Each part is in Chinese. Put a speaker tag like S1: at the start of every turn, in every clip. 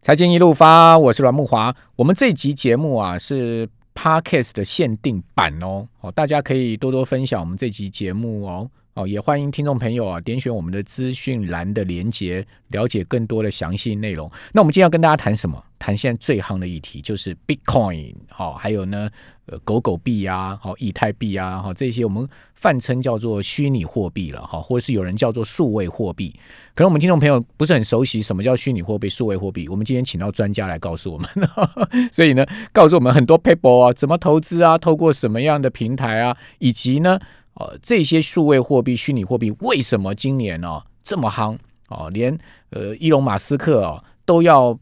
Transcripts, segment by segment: S1: 财经一路发，我是阮木华。我们这集节目啊是 Podcast 的限定版哦，哦，大家可以多多分享我们这集节目哦，哦，也欢迎听众朋友啊点选我们的资讯栏的连接，了解更多的详细内容。那我们今天要跟大家谈什么？谈现在最夯的议题就是 Bitcoin 哦，还有呢，呃，狗狗币啊，好、以太币啊，好、这些我们泛称叫做虚拟货币了哈、或者是有人叫做数位货币。可能我们听众朋友不是很熟悉什么叫虚拟货币、数位货币，我们今天请到专家来告诉我们， 所以呢，告诉我们很多 paper 啊，怎么投资啊，透过什么样的平台啊，以及呢，呃，这些数位货币、虚拟货币为什么今年哦这么夯哦，连呃伊隆马斯克哦都要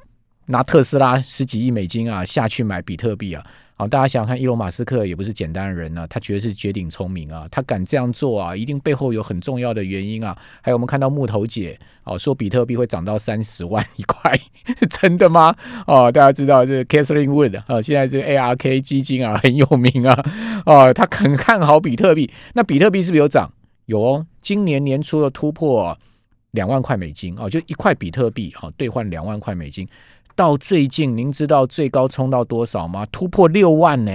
S1: 拿特斯拉十几亿美金啊下去买比特币啊。好，大家想想看，伊隆马斯克也不是简单的人啊，他绝对是绝顶聪明啊，他敢这样做啊，一定背后有很重要的原因啊。还有我们看到木头姐哦，说比特币会涨到三十万一块，是真的吗？哦，大家知道这个 Catherine Wood 啊，现在这个 ARK 基金啊很有名啊，哦，他很看好比特币。那比特币是不是有涨？有哦，今年年初的突破两万块美金哦，就一块比特币哦，兑换两万块美金。到最近，您知道最高冲到多少吗？突破六万呢、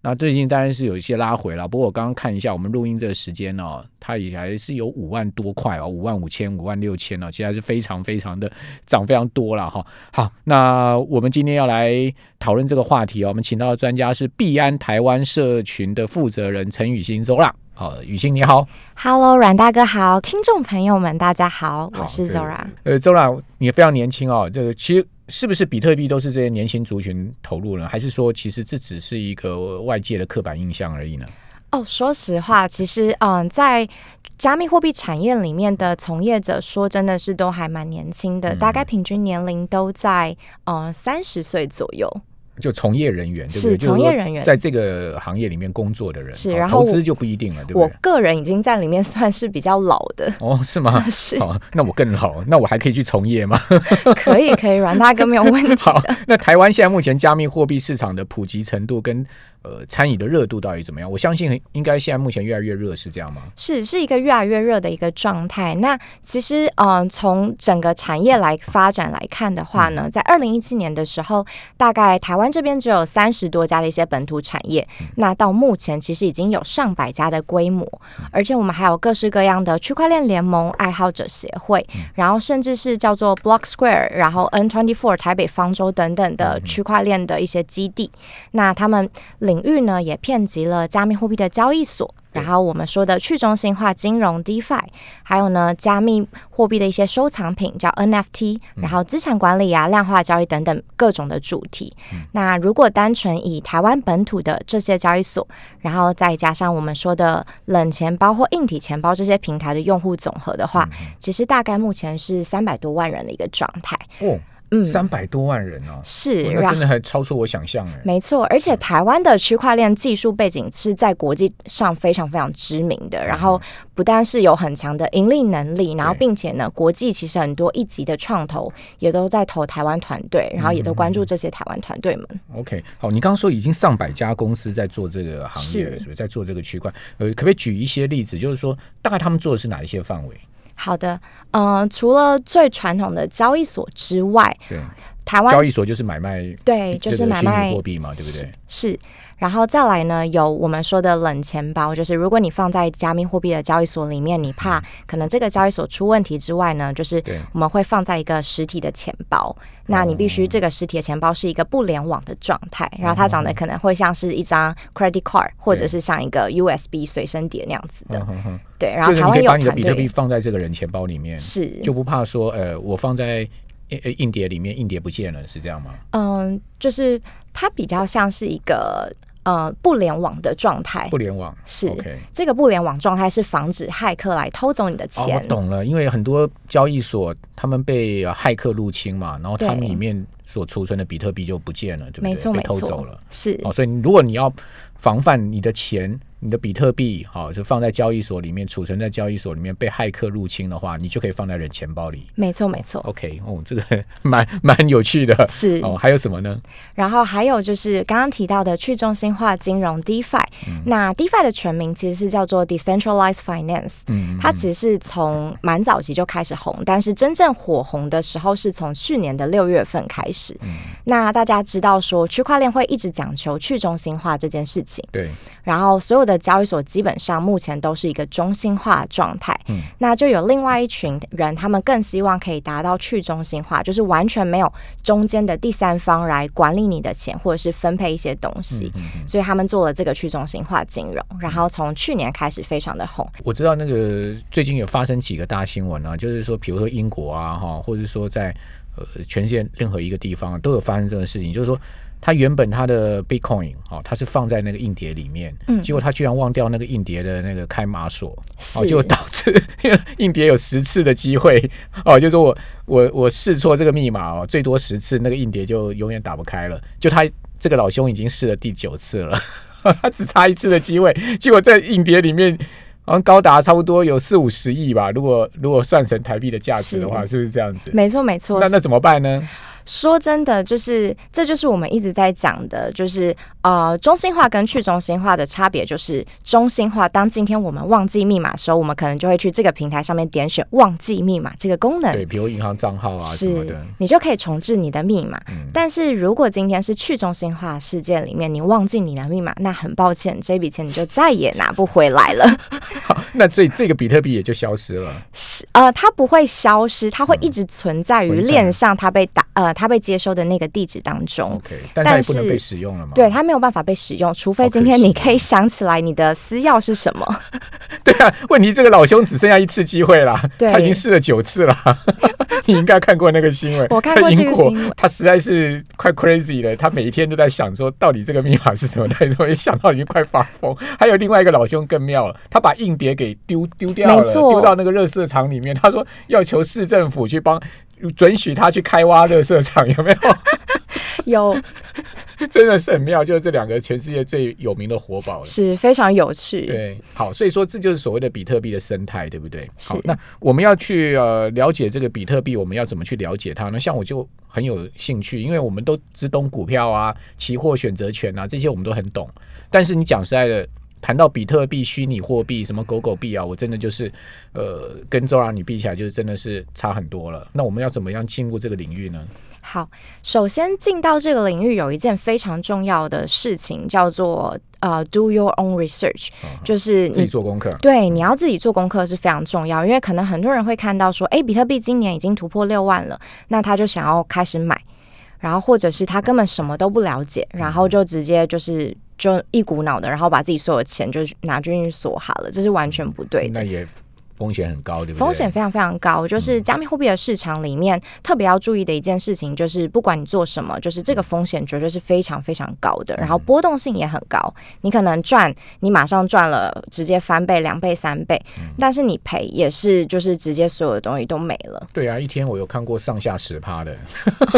S1: 那最近当然是有一些拉回了，不过我刚刚看一下我们录音这个时间哦，它也还是有五万多块哦，五万五千、五万六千哦，其实还是非常非常的涨非常多了哈、好，那我们今天要来讨论这个话题哦，我们请到的专家是币安台湾社群的负责人陈雨欣 Zora。好，雨欣你好，
S2: Hello，阮大哥好，听众朋友们大家好，
S1: 好
S2: 我是
S1: 对
S2: Zora。
S1: 呃，Zora 你非常年轻哦，这个其实是不是比特币都是这些年轻族群投入呢？还是说其实这只是一个外界的刻板印象而已呢？
S2: 哦，说实话，其实嗯，在加密货币产业里面的从业者，说真的是都还蛮年轻的，
S1: 嗯
S2: 大概平均年龄都在呃三十岁左右。
S1: 就从业人员，对不
S2: 是
S1: 对？就是
S2: 从业
S1: 说
S2: 人员
S1: 在这个行业里面工作的人，
S2: 是
S1: 哦
S2: 然后
S1: 投
S2: 我
S1: 资就不一定了，对不
S2: 我
S1: 对？
S2: 个人已经在里面算是比较老的，？
S1: 哦，是吗
S2: 是
S1: 哦，那我更老，那我还可以去从业吗？
S2: 可以可以，阮大哥没有问题。
S1: 好，那台湾现在目前加密货币市场的普及程度跟呃参与的热度到底怎么样？我相信很应该现在目前越来越热，是这样吗？
S2: 是是一个越来越热的一个状态。那其实，嗯、从整个产业来发展来看的话呢，在二零一七年的时候，大概台湾这边只有三十多家的一些本土产业，那到目前其实已经有上百家的规模，而且我们还有各式各样的区块链联盟、爱好者协会，然后甚至是叫做 Block Square，然后 N twenty four 台北方舟等等的区块链的一些基地。那他们领域呢也遍及了加密货币的交易所。
S1: 对
S2: 然后我们说的去中心化金融 DeFi，还有呢加密货币的一些收藏品叫 NFT，
S1: 嗯
S2: 然后资产管理啊、量化交易等等各种的主题。
S1: 嗯
S2: 那如果单纯以台湾本土的这些交易所，然后再加上我们说的冷钱包或硬体钱包这些平台的用户总和的话，
S1: 嗯
S2: 其实大概目前是三百多万人的一个状态。
S1: 哦，
S2: 嗯，
S1: 三百多万人哦，
S2: 是，
S1: 哦
S2: 然
S1: 那
S2: 后。
S1: 真的还超出我想象哎。
S2: 没错，而且台湾的区块链技术背景是在国际上非常非常知名
S1: 嗯
S2: 的，然后不但是有很强的盈利能力，然后并且呢，国际其实很多一级的创投也都在投台湾团队，然后也都关
S1: 嗯
S2: 注这些台湾团队们。
S1: OK，好，你刚刚说已经上百家公司在做这个行业了，
S2: 是
S1: 是不是在做这个区块？呃，可不可以举一些例子，就是说大概他们做的是哪一些范围？
S2: 好的，呃，除了最传统的交易所之外，
S1: 对，
S2: 台湾
S1: 交易所就是买卖，
S2: 对哎就是
S1: 这个
S2: 买
S1: 虚拟
S2: 卖
S1: 货币嘛，对不对？
S2: 是，然后再来呢，有我们说的冷钱包，就是如果你放在加密货币的交易所里面，你
S1: 嗯
S2: 怕可能这个交易所出问题之外呢，就是
S1: 对
S2: 我们会放在一个实体的钱包。那你必
S1: 哦
S2: 须这个实体的钱包是一个不联网的状态，然后它长得可能会像是一张 credit card，或者
S1: 对
S2: 是像一个 USB 随身碟那样子的。
S1: 嗯哼哼，
S2: 对，然后
S1: 就是
S2: 台
S1: 你可
S2: 湾
S1: 以
S2: 有
S1: 把你的比
S2: 团
S1: 特币
S2: 队
S1: 放在这个人钱包里面，
S2: 是
S1: 就不怕说呃，我放在硬呃硬碟里面，硬碟不见了，是这样吗？
S2: 嗯，就是它比较像是一个呃不联网的状态
S1: 不。联网
S2: 是
S1: ，OK。
S2: 这个不联网状态是防止骇客来偷走你的
S1: 哦，我
S2: 钱。
S1: 懂了，因为很多交易所他们被呃骇客入侵嘛，然后他们
S2: 对
S1: 里面所储存的比特币就不见了，对不对？
S2: 没错，
S1: 被
S2: 没
S1: 偷
S2: 错，
S1: 走了。
S2: 是
S1: 哦，所以你如果你要防范你的钱你的比特币好就放在交易所里面，储存在交易所里面，被骇客入侵的话，你就可以放在人钱包里。
S2: 没错没错，
S1: OK，哦，这个 蛮蛮有趣的。
S2: 是。
S1: 哦，还有什么呢？
S2: 然后还有就是刚刚提到的去中心化金融 DeFi，、那
S1: 嗯
S2: DeFi 的全名其实是叫做 Decentralized Finance，、
S1: 嗯，
S2: 它其实是从蛮早期就开始红，但是真正火红的时候是从去年的六月份开始。
S1: 嗯
S2: 那大家知道说区块链会一直讲求去中心化这件事情，
S1: 对，
S2: 然后所有的交易所基本上目前都是一个中心化状态。
S1: 嗯
S2: 那就有另外一群人，他们更希望可以达到去中心化，就是完全没有中间的第三方来管理你的钱或者是分配一些东西。
S1: 嗯
S2: 所以他们做了这个去中心化金融，然后从去年开始非常的红。
S1: 我知道那个最近有发生几个大新闻啊，就是说，比如说英国啊，哈，或者说在呃全世界任何一个地方、都有发生这个事情，就是说，它原本它的 Bitcoin 哦，它是放在那个硬碟里面，
S2: 嗯
S1: 结果它居然忘掉那个硬碟的那个开码锁，哦，
S2: 是，
S1: 就导致 硬碟有十次的机会哦，就是我我我试错这个密码哦，最多十次，那个硬碟就永远打不开了。就他这个老兄已经试了第九次了， 他只差一次的机会，结果在硬碟里面好像高达差不多有四五十亿吧，如果如果算成台币的价值的话，是不是这样子？
S2: 没错没错。
S1: 那那怎么办呢？
S2: 说真的，就是呃这就是我们一直在讲的，就是呃，中心化跟去中心化的差别，就是中心化，当今天我们忘记密码的时候，我们可能就会去这个平台上面点选忘记密码这个功能
S1: 对，。比如银行账号啊什么
S2: 是
S1: 的，
S2: 你就可以重置你的密码，
S1: 嗯
S2: 但是如果今天是去中心化事件里面，你忘记你的密码，那很抱歉，这笔钱你就再也拿不回来了。
S1: 好，那所以这个比特币也就消失了。
S2: 是呃，它不会消失，它会
S1: 嗯
S2: 一直存在于
S1: 存在
S2: 链上，它被打呃，它被接收的那个地址当中。
S1: OK，但它也
S2: 但
S1: 不能
S2: 是
S1: 被使用了嘛？
S2: 对，它没有办法被使用，除非今天你可以想起来你的私钥是什 么。
S1: 对啊，问题这个老兄只剩下一次机会啦，
S2: 对
S1: 他已经试了 九次啦。你应该看过那个新闻，
S2: 我看过
S1: 在
S2: 这
S1: 英
S2: 个
S1: 国
S2: 新闻，
S1: 他实在是快 crazy 了，他每一天都在想说，到底这个密码是什么？他说一想到已经快发疯。还有另外一个老兄更妙了，他把硬碟给丢丢掉了，
S2: 没错
S1: 丢到那个热圾场里面。他说要求市政府去帮。准许他去开挖热圾场，有没有？
S2: 有
S1: 真的是很妙，就是这两个全世界最有名的活宝了。
S2: 是非常有趣，
S1: 对，好，所以说这就是所谓的比特币的生态，对不对？
S2: 是
S1: 好，那我们要去呃了解这个比特币，我们要怎么去了解它呢？像我就很有兴趣，因为我们都只懂股票啊、期货、选择权啊这些我们都很懂，但是你讲实在的。谈到比特币、虚拟货币、什么狗狗币啊，我真的就是，呃，跟周郎你比起来，就是真的是差很多了。那我们要怎么样进入这个领域呢？
S2: 好，首先进到这个领域有一件非常重要的事情，叫做呃，do your own research，、就是
S1: 啊自己
S2: 你。
S1: 做功课。
S2: 对，你要自己做功课是非常重要，因为可能很多人会看到说，诶，比特币今年已经突破六万了，那他就想要开始买，然后或者是他根本什么都不了解，然后就直接就是就一股脑的，然后把自己所有钱就拿进去锁好了，这是完全不对的
S1: 那。也风险很高，对不对？嗯
S2: 风险非常非常高，就是加密货币的市场里面特别要注意的一件事情，就是不管你做什么，就是这个风险绝对是非常非常高
S1: 嗯
S2: 的，然后波动性也很高。你可能赚，你马上赚了，直接翻倍、两倍、三倍，
S1: 嗯
S2: 但是你赔也是就是直接所有的东西都没
S1: ，
S2: 了
S1: 对啊，一天我有看过上下十趴的，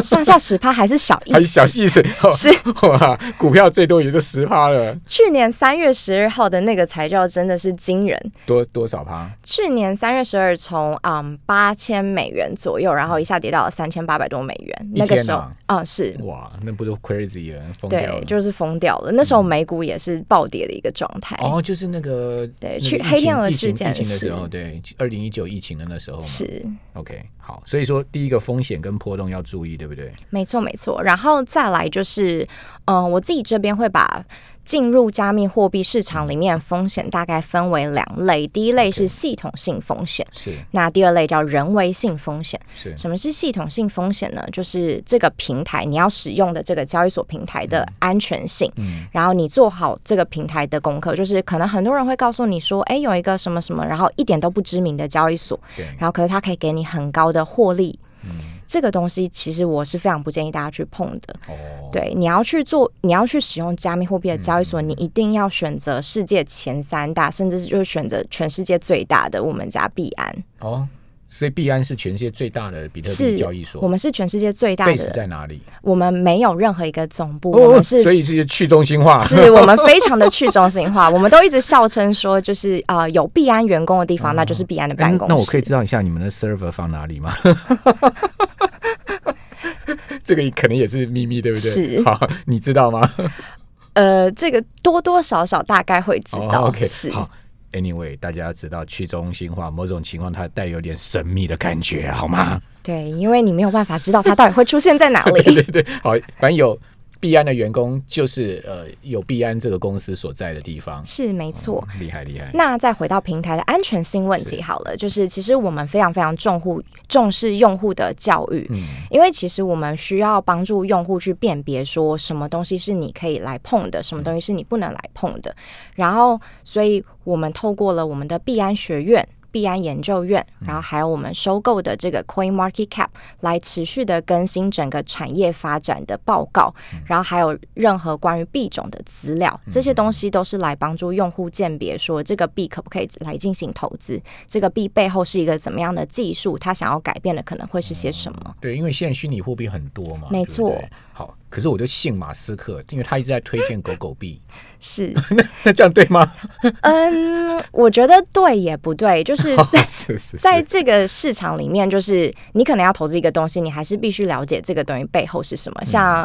S2: 上下十趴还是小一
S1: 还。是小细思，
S2: 是
S1: 哇，股票最多也就十趴了，
S2: 去年三月十二号的那个才叫真的是惊人，
S1: 多多少趴？
S2: 去年三月十二从嗯八千美元左右，然后一下跌到了三千八百多美元，
S1: 一
S2: 那个
S1: 天
S2: 时候
S1: 啊，
S2: 嗯是
S1: 哇，那不就 crazy 了，疯掉
S2: 对
S1: 了，。嗯
S2: 就是疯掉了。那时候美股也是暴跌的一个状态。
S1: 哦，就是那个
S2: 对
S1: 那个
S2: 去
S1: 疫情
S2: 黑天鹅
S1: 疫情
S2: 事件
S1: 疫情的时候，
S2: 是
S1: 对，二零一九疫情的那时候嘛。
S2: 是，
S1: OK，好，所以说第一个风险跟波动要注意，对不对？
S2: 没错没错。然后再来就是，嗯、我自己这边会把进入加密货币市场里面的风险大概分为两类，第一类是系统性风险。
S1: 是
S2: 那第二类叫人为性风险。
S1: 是，
S2: 什么是系统性风险呢？就是这个平台你要使用的这个交易所平台的安全性，
S1: 嗯
S2: 然后你做好这个平台的功课。就是可能很多人会告诉你说，哎，有一个什么什么，然后一点都不知名的交易所，
S1: 对，
S2: 然后可是它可以给你很高的获利。这个东西其实我是非常不建议大家去碰的。
S1: 嗯哦，
S2: 对，你要去做，你要去使用加密货币的交易所，你一定要选择世界前三大，甚至是就是选择全世界最大的我们家币安。
S1: 哦，所以币安是全世界最大的比特币
S2: 是
S1: 交易所。
S2: 我们是全世界最大
S1: base
S2: 的，
S1: 在哪里？
S2: 我们没有任何一个总部，我们是
S1: 哦所以是去中心化。
S2: 是 我们非常的去中心化，我们都一直笑称说，就是呃有币安员工的地方，那就是币安的
S1: 哎
S2: 办公室。
S1: 那我可以知道一下你们的 server 放哪里吗？ 这个可能也是秘密，对不对？
S2: 是
S1: 好，你知道吗？
S2: 呃，这个多多少少大概会知道。
S1: 哦、OK，
S2: 是
S1: 好。Anyway，大家知道去中心化某种情况它带有点神秘的感觉，好吗？
S2: 对，因为你没有办法知道它到底会出现在哪
S1: 对
S2: 里。
S1: 对对，好，反正有币安的员工就是呃有币安这个公司所在的地方，
S2: 是没错。
S1: 厉害厉害。
S2: 那再回到平台的安全性问题好了，就是其实我们非常非常重户重视用户的教育，
S1: 嗯，
S2: 因为其实我们需要帮助用户去辨别说什么东西是你可以来碰的，什么
S1: 嗯
S2: 东西是你不能来碰的。然后，所以我们透过了我们的币安学院。币安研究院，然后
S1: 嗯
S2: 还有我们收购的这个 Coin Market Cap 来持续的更新整个产业发展的报告，然后还有任何关于币种的资料，这些东西都是来帮助用户鉴别说这个币可不可以来进行投资，这个币背后是一个怎么样的技术，它想要改变的可能会是些什么。
S1: 对，因为现在虚拟货币很多嘛，
S2: 没
S1: 对不
S2: 错
S1: 对好，可是我就信马斯克，因为他一直在推荐狗狗币，
S2: 是，
S1: 那这样对吗？
S2: 嗯，我觉得对也不对，就是在
S1: 是是
S2: 在
S1: 是，
S2: 这个市场里面，就是你可能要投资一个东西，你还是必须了解这个东西背后是什么。像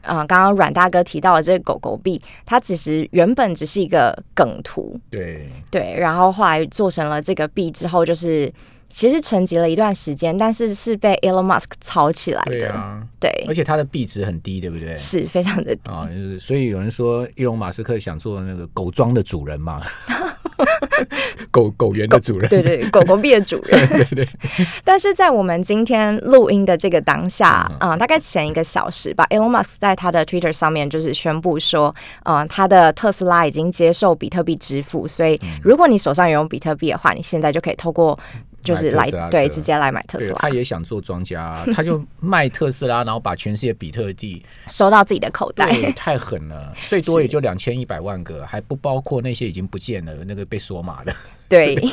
S2: 呃，刚刚阮大哥提到的这个狗狗币，它其实原本只是一个梗图，
S1: 对，
S2: 对，然后后来做成了这个币之后，就是其实沉寂了一段时间，但是是被 Elon Musk 炒起来
S1: 对
S2: 的，
S1: 啊，
S2: 对
S1: 而且它的币值很低，对不对？
S2: 是非常的
S1: 啊，就是所以有人说，伊隆马斯克想做那个狗庄的主人 嘛，狗狗园的主人，
S2: 对对，狗狗币的主 人。对
S1: 对。
S2: 但是在我们今天录音的这个当下，
S1: 嗯
S2: 啊、大概前一个小时吧，Elon Musk 在他的 Twitter 上面就是宣布说，呃，他的特斯拉已经接受比特币支付，所以如果你手上有用比特币的话，你现在就可以透过就是
S1: 嗯买特
S2: 来
S1: 斯拉
S2: 对
S1: 车
S2: 直接来买特
S1: 对
S2: 斯拉，
S1: 他也想做庄家啊，他就卖特斯拉，然后把全世界比特 币，
S2: 收到自己的口袋。
S1: 对，太狠了，最多也就两千一百万个，还不包括那些已经不见了那个被锁码的，
S2: 对。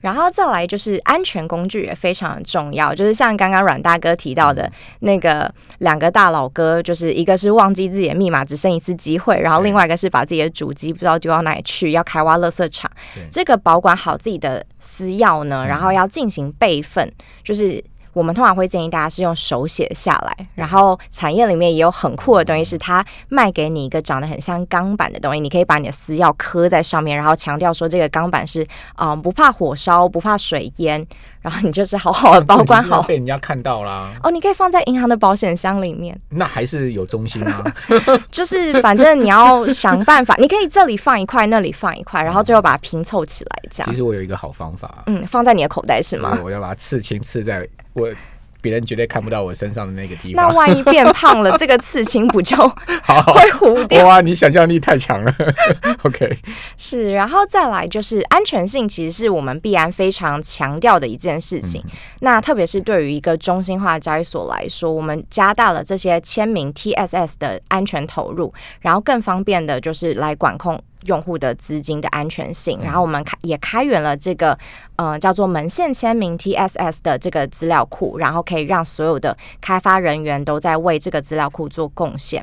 S2: 然后再来就是安全工具也非常重要，就是像刚刚阮大哥提到的那个两个大佬哥，就是一个是忘记自己的密码只剩一次机会，然后
S1: 对
S2: 另外一个是把自己的主机不知道丢到哪里去，要开挖垃圾场
S1: 对。嗯
S2: 这个保管好自己的私钥呢，然后要进行备份，就是。我们通常会建议大家是用手写下来，然后产业里面也有很酷的东西，是它卖给你一个长得很像钢板的东西，你可以把你的私钥刻在上面，然后强调说这个钢板是啊、呃不怕火烧，不怕水淹，然后你就是好 好的保管
S1: 重点是要
S2: 好。
S1: 被人家看到啦，
S2: 哦，你可以放在银行的保险箱里面，
S1: 那还是有中心 啊，
S2: 就是反正你要想办法，你 可以这里放一块，那里放一块，然后最后把它拼凑起来，这
S1: 其
S2: 样。
S1: 实嗯我有一个好方法，
S2: 嗯，放在你的口袋是吗？
S1: 我要把它刺青刺在我别人绝对看不到我身上的那个地
S2: 那
S1: 方，
S2: 万一变胖了，这个刺青 不就会
S1: 好好。
S2: 糊掉？
S1: 哇，你想象力太强 了。OK，
S2: 是，然后再来就是安全性，其实是我们必然非常强调的一件事情。那特别是对于一个中心化的交易所来说，我们加大了这些签名 TSS 的安全投入，然后更方便的就是来管控。用户的资金的安全性，然后我们开也开源了这个呃叫做门线签名 TSS 的这个资料库，然后可以让所有的开发人员都在为这个资料库做贡献。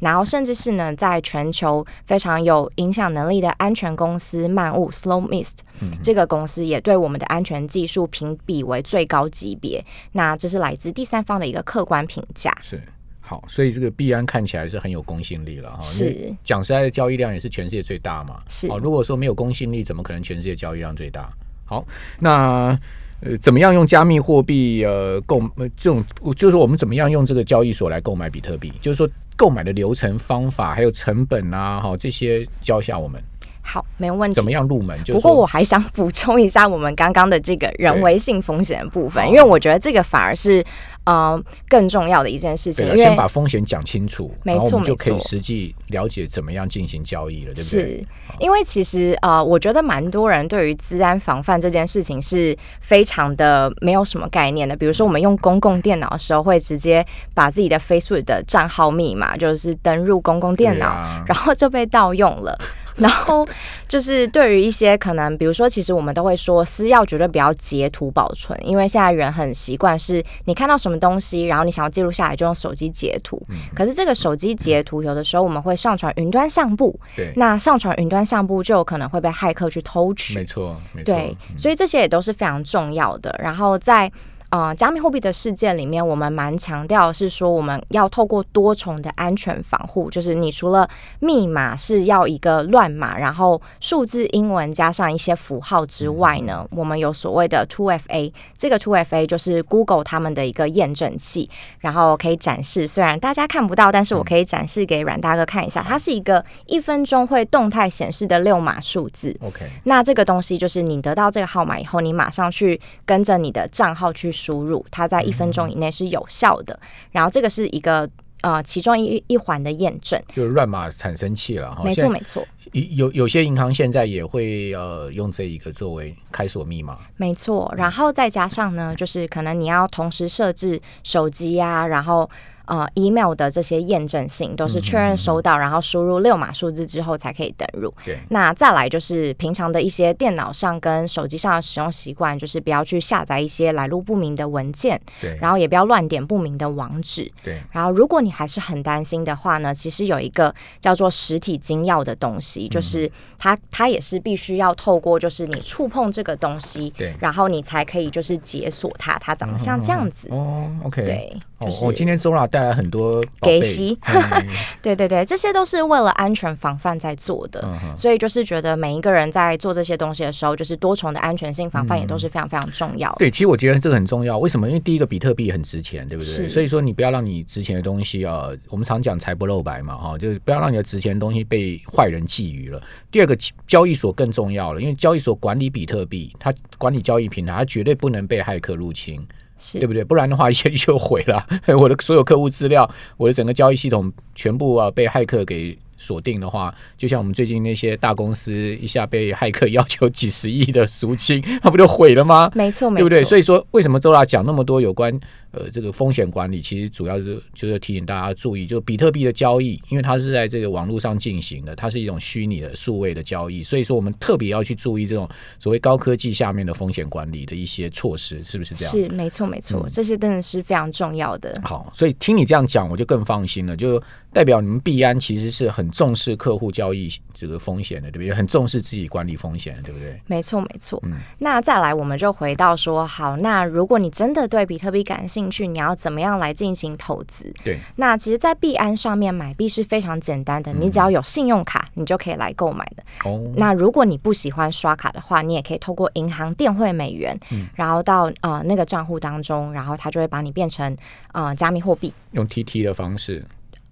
S2: 然后甚至是呢，在全球非常有影响能力的安全公司漫雾 Slow Mist、这
S1: 嗯
S2: 个公司也对我们的安全技术评比为最高级别。那这是来自第三方的一个客观评价。
S1: 是好，所以这个币安看起来是很有公信力了哈。
S2: 是
S1: 因为讲实在的，交易量也是全世界最大嘛。
S2: 是
S1: 哦，如果说没有公信力，怎么可能全世界交易量最大？好，那。呃，怎么样用加密货币呃购呃这种，就是我们怎么样用这个交易所来购买比特币？就是说购买的流程方法，还有成本啊，哈、这些教一下我们
S2: 好，没有问题
S1: 怎么。样入门。就是
S2: 不过
S1: 说
S2: 我还想补充一下我们刚刚的这个人为性风险的部分，因为我觉得这个反而是呃更重要的一件事情，
S1: 对了，
S2: 因为
S1: 先把风险讲清楚，
S2: 没
S1: 然后我
S2: 错
S1: 们就
S2: 没
S1: 可以
S2: 错
S1: 实际了解怎么样进行交易了，对不对？
S2: 是因为其实呃，我觉得蛮多人对于治安防范这件事情是非常的没有什么概念的。比如说，我们用公共电脑的时候，会直接把自己的 Facebook 的账号密码就是登入公共电脑，
S1: 对啊
S2: 然后就被盗用了。 然后就是对于一些可能，比如说，其实我们都会说私钥绝对不要截图保存，因为现在人很习惯是你看到什么东西，然后你想要记录下来就用手机截图。
S1: 嗯
S2: 可是这个手机截图有的时候我们会上传云端相簿，
S1: 对，
S2: 那上传云端相簿就有可能会被骇客去偷取。
S1: 没错，嗯没错。
S2: 对，所以这些也都是非常重要的。然后在呃加密货币的事件里面，我们蛮强调的是说，我们要透过多重的安全防护，就是你除了密码是要一个乱码，然后数字英文加上一些符号之外呢，
S1: 嗯
S2: 我们有所谓的 2FA，这个 2FA 就是 Google 他们的一个验证器，然后可以展示，虽然大家看不到，但
S1: 嗯
S2: 是我可以展示给阮大哥看一下，它是一个一分钟会动态显示的六码数字。
S1: OK，
S2: 那这个东西就是你得到这个号码以后，你马上去跟着你的账号去输入，它在一分钟以内是有效的。然后这个是一个呃其中一一环的验证，
S1: 就是乱码产生器了哈。
S2: 没
S1: 现
S2: 错
S1: 在
S2: 没错
S1: 有有些银行现在也会呃用这一个作为开锁密码。
S2: 没错。然后再加上呢，就是可能你要同时设置手机啊，然后。呃，email 的这些验证信都是确认收到，然后输入六码数字之后才可以登入。
S1: 对，
S2: 那再来就是平常的一些电脑上跟手机上的使用习惯，就是不要去下载一些来路不明的文件，
S1: 对，
S2: 然后也不要乱点不明的网址。
S1: 对，
S2: 然后，如果你还是很担心的话呢，其实有一个叫做实体金钥的东
S1: 嗯
S2: 西，就是它它也是必须要透过就是你触碰这个东西，
S1: 对
S2: 然后你才可以就是解锁它，它长得像这样子。
S1: 哦，OK，，
S2: 对，
S1: 哦
S2: 就，是、
S1: 哦今天 Zora 带来很多宝贝
S2: 给息，
S1: 嗯
S2: 对对对，这些都是为了安全防范在做的，
S1: 嗯哼
S2: 所以就是觉得每一个人在做这些东西的时候，就是多重的安全性防范也都是非常非常重要的。
S1: 对，其实我觉得这个很重要。为什么？因为第一个，比特币很值钱，对不对？
S2: 是
S1: 所以说你不要让你值钱的东西啊，呃我们常讲财不露白嘛，哈、就是不要让你的值钱的东西被坏人觊觎了。第二个，其交易所更重要了，因为交易所管理比特币，它管理交易平台，它绝对不能被骇客入侵，
S2: 是
S1: 对不对？不然的话，一切就毁了。 我的所有客户资料，我的整个交易系统全部啊被骇客给。锁定的话，就像我们最近那些大公司一下被骇客要求几十亿的赎金，那不就毁了吗？
S2: 没错，没
S1: 对不
S2: 错，
S1: 对？所以说，为什么周大讲那么多有关呃这个风险管理？其实主要就是就是提醒大家注意，就比特币的交易，因为它是在这个网络上进行的，它是一种虚拟的数位的交易，所以说我们特别要去注意这种所谓高科技下面的风险管理的一些措施，是不是这样？
S2: 是没错，没
S1: 嗯
S2: 错，这些真的是非常重要的。
S1: 好，所以听你这样讲，我就更放心了，就代表你们币安其实是很重视客户交易这个风险的，对不对？很重视自己管理风险的，对不对？
S2: 没错，没错。
S1: 嗯
S2: 那再来，我们就回到说，好，那如果你真的对比特币感兴趣，你要怎么样来进行投资？
S1: 对，嗯
S2: 那其实，在币安上面买币是非常简单的，你只要有信用卡，你就可以来购买的。
S1: 哦，
S2: 那如果你不喜欢刷卡的话，你也可以透过银行电汇美元，
S1: 嗯
S2: 然后到呃那个账户当中，然后它就会把你变成呃加密货币。
S1: 用 TT 的方式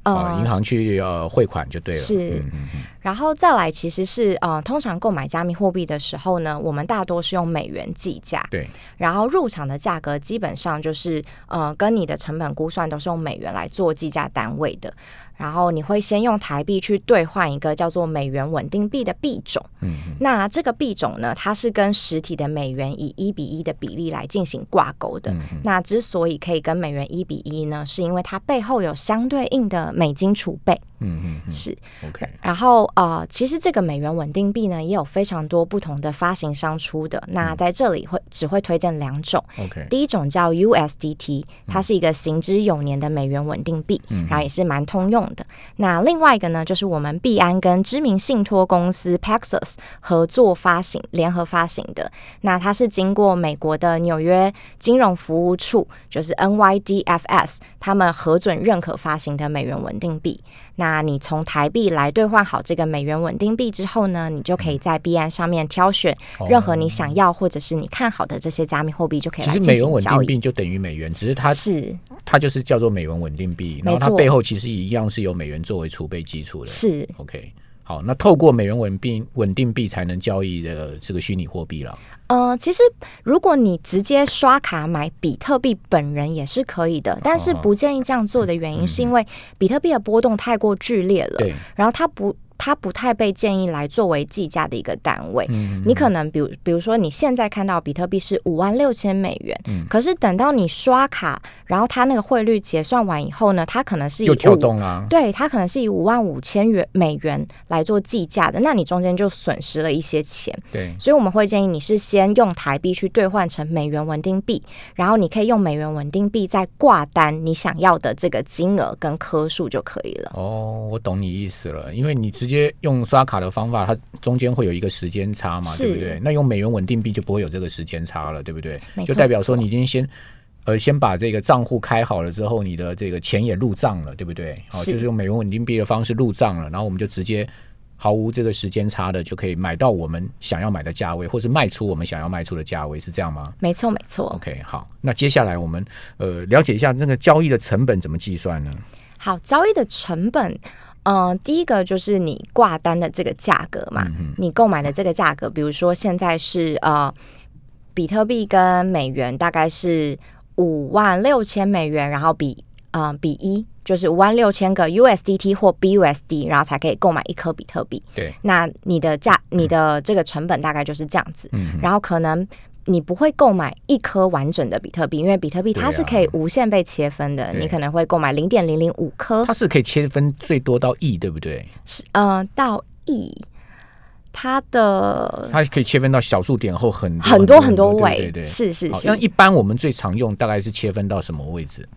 S2: 呃，
S1: 啊、银行去呃汇款就对了，
S2: 是
S1: 嗯嗯嗯
S2: 然后再来，其实是呃，通常购买加密货币的时候呢，我们大多是用美元计价，
S1: 对。
S2: 然后入场的价格基本上就是呃，跟你的成本估算都是用美元来做计价单位的。然后你会先用台币去兑换一个叫做美元稳定币的币种，
S1: 嗯嗯
S2: 那这个币种呢，它是跟实体的美元以一比一的比例来进行挂钩的。
S1: 嗯
S2: 那之所以可以跟美元一比一呢，是因为它背后有相对应的美金储备，
S1: 嗯嗯
S2: 是。
S1: 嗯，OK，
S2: 然后呃，其实这个美元稳定币呢，也有非常多不同的发行商出的。
S1: 嗯
S2: 那在这里会只会推荐两种，
S1: OK，
S2: 第一种叫 USDT，它是一个行之有年的美元稳定币，然后也是蛮通用的。那另外一个呢，就是我们币安跟知名信托公司 Paxos 合作发行、联合发行的。那它是经过美国的纽约金融服务处，就是 NYDFS，他们核准认可发行的美元稳定币。那你从台币来兑换好这个美元稳定币之后呢，你就可以在
S1: 嗯
S2: 币安上面挑选
S1: 哦
S2: 任何你想要或者是你看好的这些加密货币，就可以
S1: 其
S2: 来
S1: 实
S2: 进
S1: 美元
S2: 行
S1: 稳
S2: 交
S1: 定
S2: 易。
S1: 币就等于美元，只是它
S2: 是
S1: 它就是叫做美元稳定币，然后它
S2: 没错
S1: 背后其实一样是有美元作为储备基础的。
S2: 是
S1: OK，好，那透过美元稳定稳定币才能交易的这个虚拟货币了。
S2: 呃，其实如果你直接刷卡买比特币本人也是可以的，但
S1: 啊嗯
S2: 是不建议这样做的原因是因为比特币的波动太过剧烈了，
S1: 对，
S2: 然后它不。它不太被建议来作为计价的一个单位。
S1: 嗯
S2: 你可能比如，比如说你现在看到比特币是五万六千美元，
S1: 嗯
S2: 可是等到你刷卡，然后它那个汇率结算完以后呢，它可能是以
S1: 又跳
S2: 五
S1: 动啊啦、
S2: 对，它可能是以五万五千元美元来做计价的，那你中间就损失了一些钱，
S1: 对，
S2: 所以我们会建议你是先用台币去兑换成美元稳定币，然后你可以用美元稳定币再挂单你想要的这个金额跟颗数就可以了。
S1: 哦，我懂你意思了，因为你直接用刷卡的方法，它中间会有一个时间差嘛，
S2: 是
S1: 对不对？那用美元稳定币就不会有这个时间差了，对不对
S2: 没？
S1: 就
S2: 错
S1: 代表说你已经先。呃，先把这个账户开好了之后，你的这个钱也入账了，对不对？好、
S2: 是
S1: 就是用美元稳定币的方式入账了，然后我们就直接毫无这个时间差的就可以买到我们想要买的价位，或是卖出我们想要卖出的价位，是这样吗？
S2: 没错，没错。
S1: OK，好，那接下来我们呃了解一下那个交易的成本怎么计算呢？
S2: 好，交易的成本，嗯、第一个就是你挂单的这个价格嘛，
S1: 嗯
S2: 你购买的这个价格，比如说现在是呃，比特币跟美元大概是五万六千美元，然后比嗯、呃比一。就是五万六千个 USDT 或 BUSD，然后才可以购买一颗比特币。
S1: 对，
S2: 那你的价，你的这个成本大概就是这样子。
S1: 嗯，
S2: 然后可能你不会购买一颗完整的比特币，因为比特币
S1: 对
S2: 它是
S1: 啊
S2: 可以无限被切分的，
S1: 对
S2: 你可能会购买零点零零五颗
S1: 它，是可以切分最多到亿，对不对？
S2: 是呃到亿，它的
S1: 它可以切分到小数点后很多
S2: 嗯很多很多位，
S1: 对对对。
S2: 是是
S1: 好
S2: 是
S1: 像。一般我们最常用大概是切分到什么位置？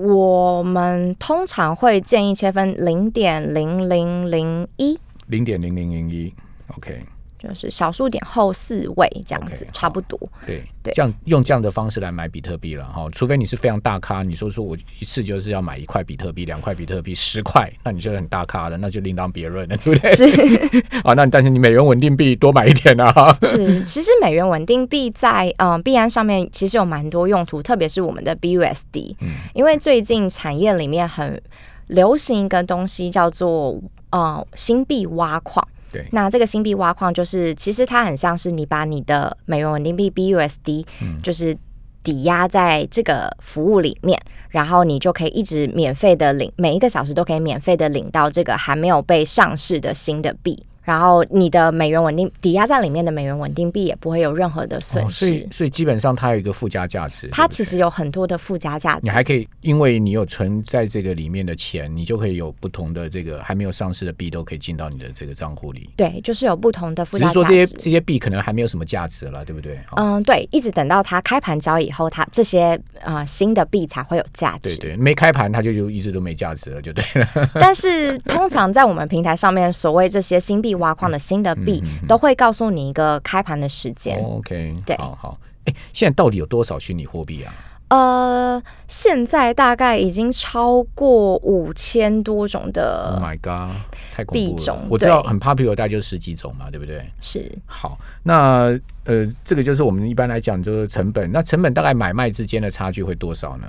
S2: 我们通常会建议切分零点零零零一，
S1: 零点零零零一，OK，
S2: 就是小数点后四位这样
S1: OK，
S2: 子
S1: 好
S2: 差不多。
S1: 对，
S2: 对
S1: 这样用这样的方式来买比特币了哈、除非你是非常大咖，你说说我一次就是要买一块比特币、两块比特币、十块，那你就是很大咖了，那就另当别论了，对不对？
S2: 是
S1: 啊，那但是你美元稳定币多买一点啊，
S2: 是， 其实美元稳定币在嗯币安上面其实有蛮多用途，特别是我们的 BUSD，、因为最近产业里面很流行一个东西叫做呃新币挖矿。
S1: 对
S2: 那这个新币挖矿就是，其实它很像是你把你的美元稳定币 BUSD，、就是
S1: 嗯
S2: 抵押在这个服务里面，然后你就可以一直免费的领，每一个小时都可以免费的领到这个还没有被上市的新的币。然后你的美元稳定抵押在里面的美元稳定币也不会有任何的损
S1: 哦所
S2: 失
S1: 以，，所以基本上它有一个附加价值。
S2: 它
S1: 对不对
S2: 其实有很多的附加价值
S1: 你。还可以，因为你有存在这个里面的钱，你就可以有不同的这个还没有上市的币都可以进到你的这个账户里。
S2: 对，就是有不同的附
S1: 只是
S2: 加
S1: 说
S2: 价
S1: 这些
S2: 值。
S1: 这些币可能还没有什么价值了，对不对？哦
S2: 嗯，对，一直等到它开盘交易以后，它这些呃新的币才会有价值。
S1: 对对，没开盘它就就一直都没价值了，就对了。
S2: 但是通常在我们平台上面，所谓这些新币挖矿的新的币，
S1: 嗯
S2: 都会告诉你一个开盘的时间。
S1: 哦 OK，
S2: 对
S1: 好好。哎，现在到底有多少虚拟货币啊？
S2: 呃，现在大概已经超过五千多种
S1: Oh
S2: 的，
S1: my god，太恐怖
S2: 呃币
S1: 了
S2: 种！
S1: 我知道
S2: 对
S1: 很 popular，大概就十几种嘛，对不对？
S2: 是
S1: 好，那呃，这个就是我们一般来讲就是成本。那成本大概买卖之间的差距会多少呢？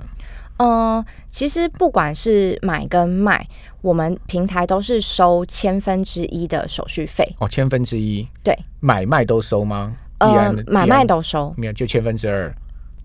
S2: 呃，其实不管是买跟卖，我们平台都是收千分之一的手续费。
S1: 哦，千分之一，
S2: 对，
S1: 买卖都收吗？必
S2: 呃
S1: 然的，
S2: 买卖，
S1: 必然
S2: 都收。
S1: 没有，就千分之二。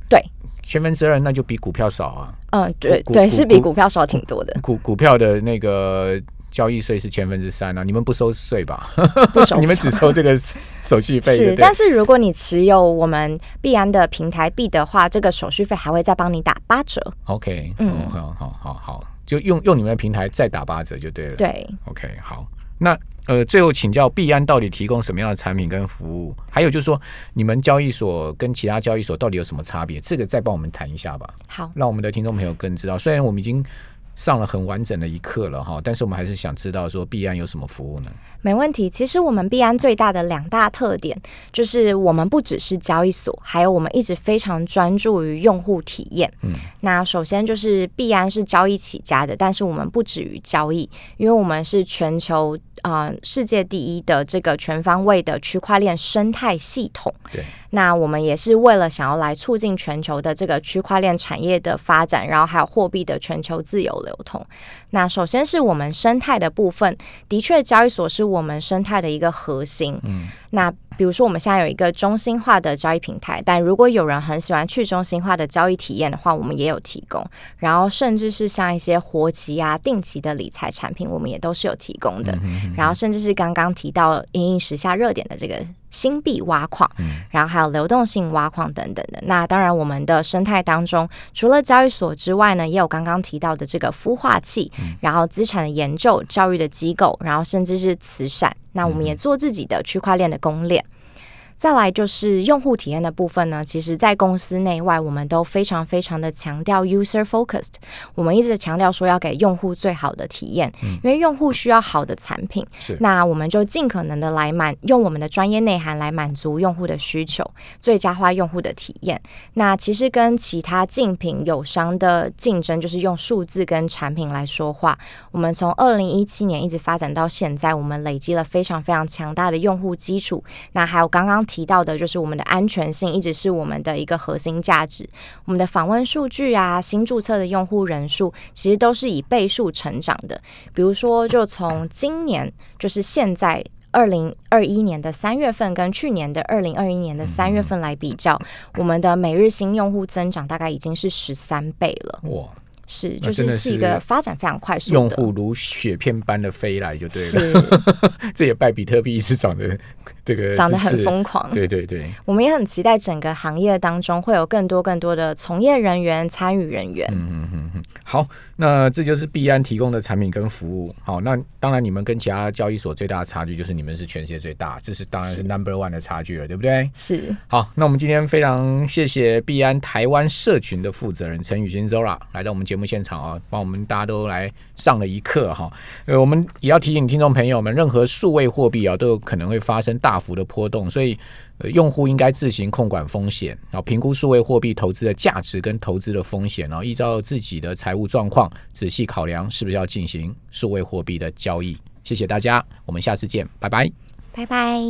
S2: 对，
S1: 千分之二那就比股票少啊。
S2: 嗯、对
S1: 股
S2: 对，
S1: 股
S2: 是比
S1: 股
S2: 股票少挺 多的，
S1: 股股票的那个交易税是千分之三啊，你们不收税吧？
S2: 不 收
S1: 你们
S2: 手
S1: 只收这个手续费，对
S2: 是，
S1: 不对
S2: 但？是如果你持有我们币安的平台币的话，这个手续费还会再帮你打八折。
S1: OK，
S2: 嗯
S1: 嗯，好好好好，就用用你们的平台再打八折就对了。
S2: 对，
S1: OK，好，那呃，最后请教币安到底提供什么样的产品跟服务？还有就是说，你们交易所跟其他交易所到底有什么差别？这个再帮我们谈一下吧，
S2: 好，
S1: 让我们的听众朋友更知道。虽然我们已经上了很完整的一课了哈，但是我们还是想知道说币安有什么服务呢？
S2: 没问题。其实我们币安最大的两大特点就是，我们不只是交易所，还有我们一直非常专注于用户体验。
S1: 嗯，
S2: 那首先就是币安是交易起家的，但是我们不止于交易，因为我们是全球啊、呃世界第一的这个全方位的区块链生态系统。
S1: 对，
S2: 那我们也是为了想要来促进全球的这个区块链产业的发展，然后还有货币的全球自由流通。那首先是我们生态的部分，的确交易所是我们生态的一个核心。
S1: 嗯，
S2: 那比如说我们现在有一个中心化的交易平台，但如果有人很喜欢去中心化的交易体验的话，我们也有提供。然后甚至是像一些活期啊、定期的理财产品，我们也都是有提供的。然后甚至是刚刚提到因应时下热点的这个新币挖矿，
S1: 嗯
S2: 然后还有流动性挖矿等等的。那当然，我们的生态当中，除了交易所之外呢，也有刚刚提到的这个孵化器，然后资产的研究、教育的机构，然后甚至是慈善。那我们也做自己的区块链的公链。再来就是用户体验的部分呢，其实在公司内外，我们都非常非常的强调 user focused，我们一直强调说要给用户最好的体验，因为用户需要好的产品，
S1: 是
S2: 那我们就尽可能的来满用我们的专业内涵来满足用户的需求，最佳化用户的体验。那其实跟其他竞品友商的竞争，就是用数字跟产品来说话。我们从二零一七年一直发展到现在，我们累积了非常非常强大的用户基础。那还有刚刚提到的，就是我们的安全性一直是我们的一个核心价值。我们的访问数据啊，新注册的用户人数，其实都是以倍数成长的。比如说，就从今年，就是现在。二零二一年的三月份跟去年的二零二一年
S1: 嗯
S2: 的三月份来比较，我们的每日新用户增长大概已经是十三倍了，
S1: 哇，
S2: 是，
S1: 那
S2: 就
S1: 真
S2: 是
S1: 的
S2: 是一
S1: 是
S2: 个发展非常快速的
S1: 用户如雪片般的飞来就对了，
S2: 是
S1: 这也拜比特币是涨的这个
S2: 长得
S1: 之
S2: 很
S1: 势
S2: 疯狂。
S1: 对对对，
S2: 我们也很期待整个行业当中会有更多更多的从业人员、参与人员。
S1: 嗯嗯嗯，好，那这就是币安提供的产品跟服务。好，那当然你们跟其他交易所最大的差距就是你们是全世界最大，这是当然是 number one 的差距了，对不对？
S2: 是，
S1: 好，那我们今天非常谢谢币安台湾社群的负责人陈宇轩 Zora 来到我们节目现场啊，帮我们大家都来上了一课哈、呃，我们也要提醒听众朋友们，任何数位货币啊都有可能会发生大幅的波动，所以、呃、用户应该自行控管风险啊，评估数位货币投资的价值跟投资的风险啊，依照自己的财务状况仔细考量是不是要进行数位货币的交易。谢谢大家，我们下次见，拜拜。
S2: 拜拜。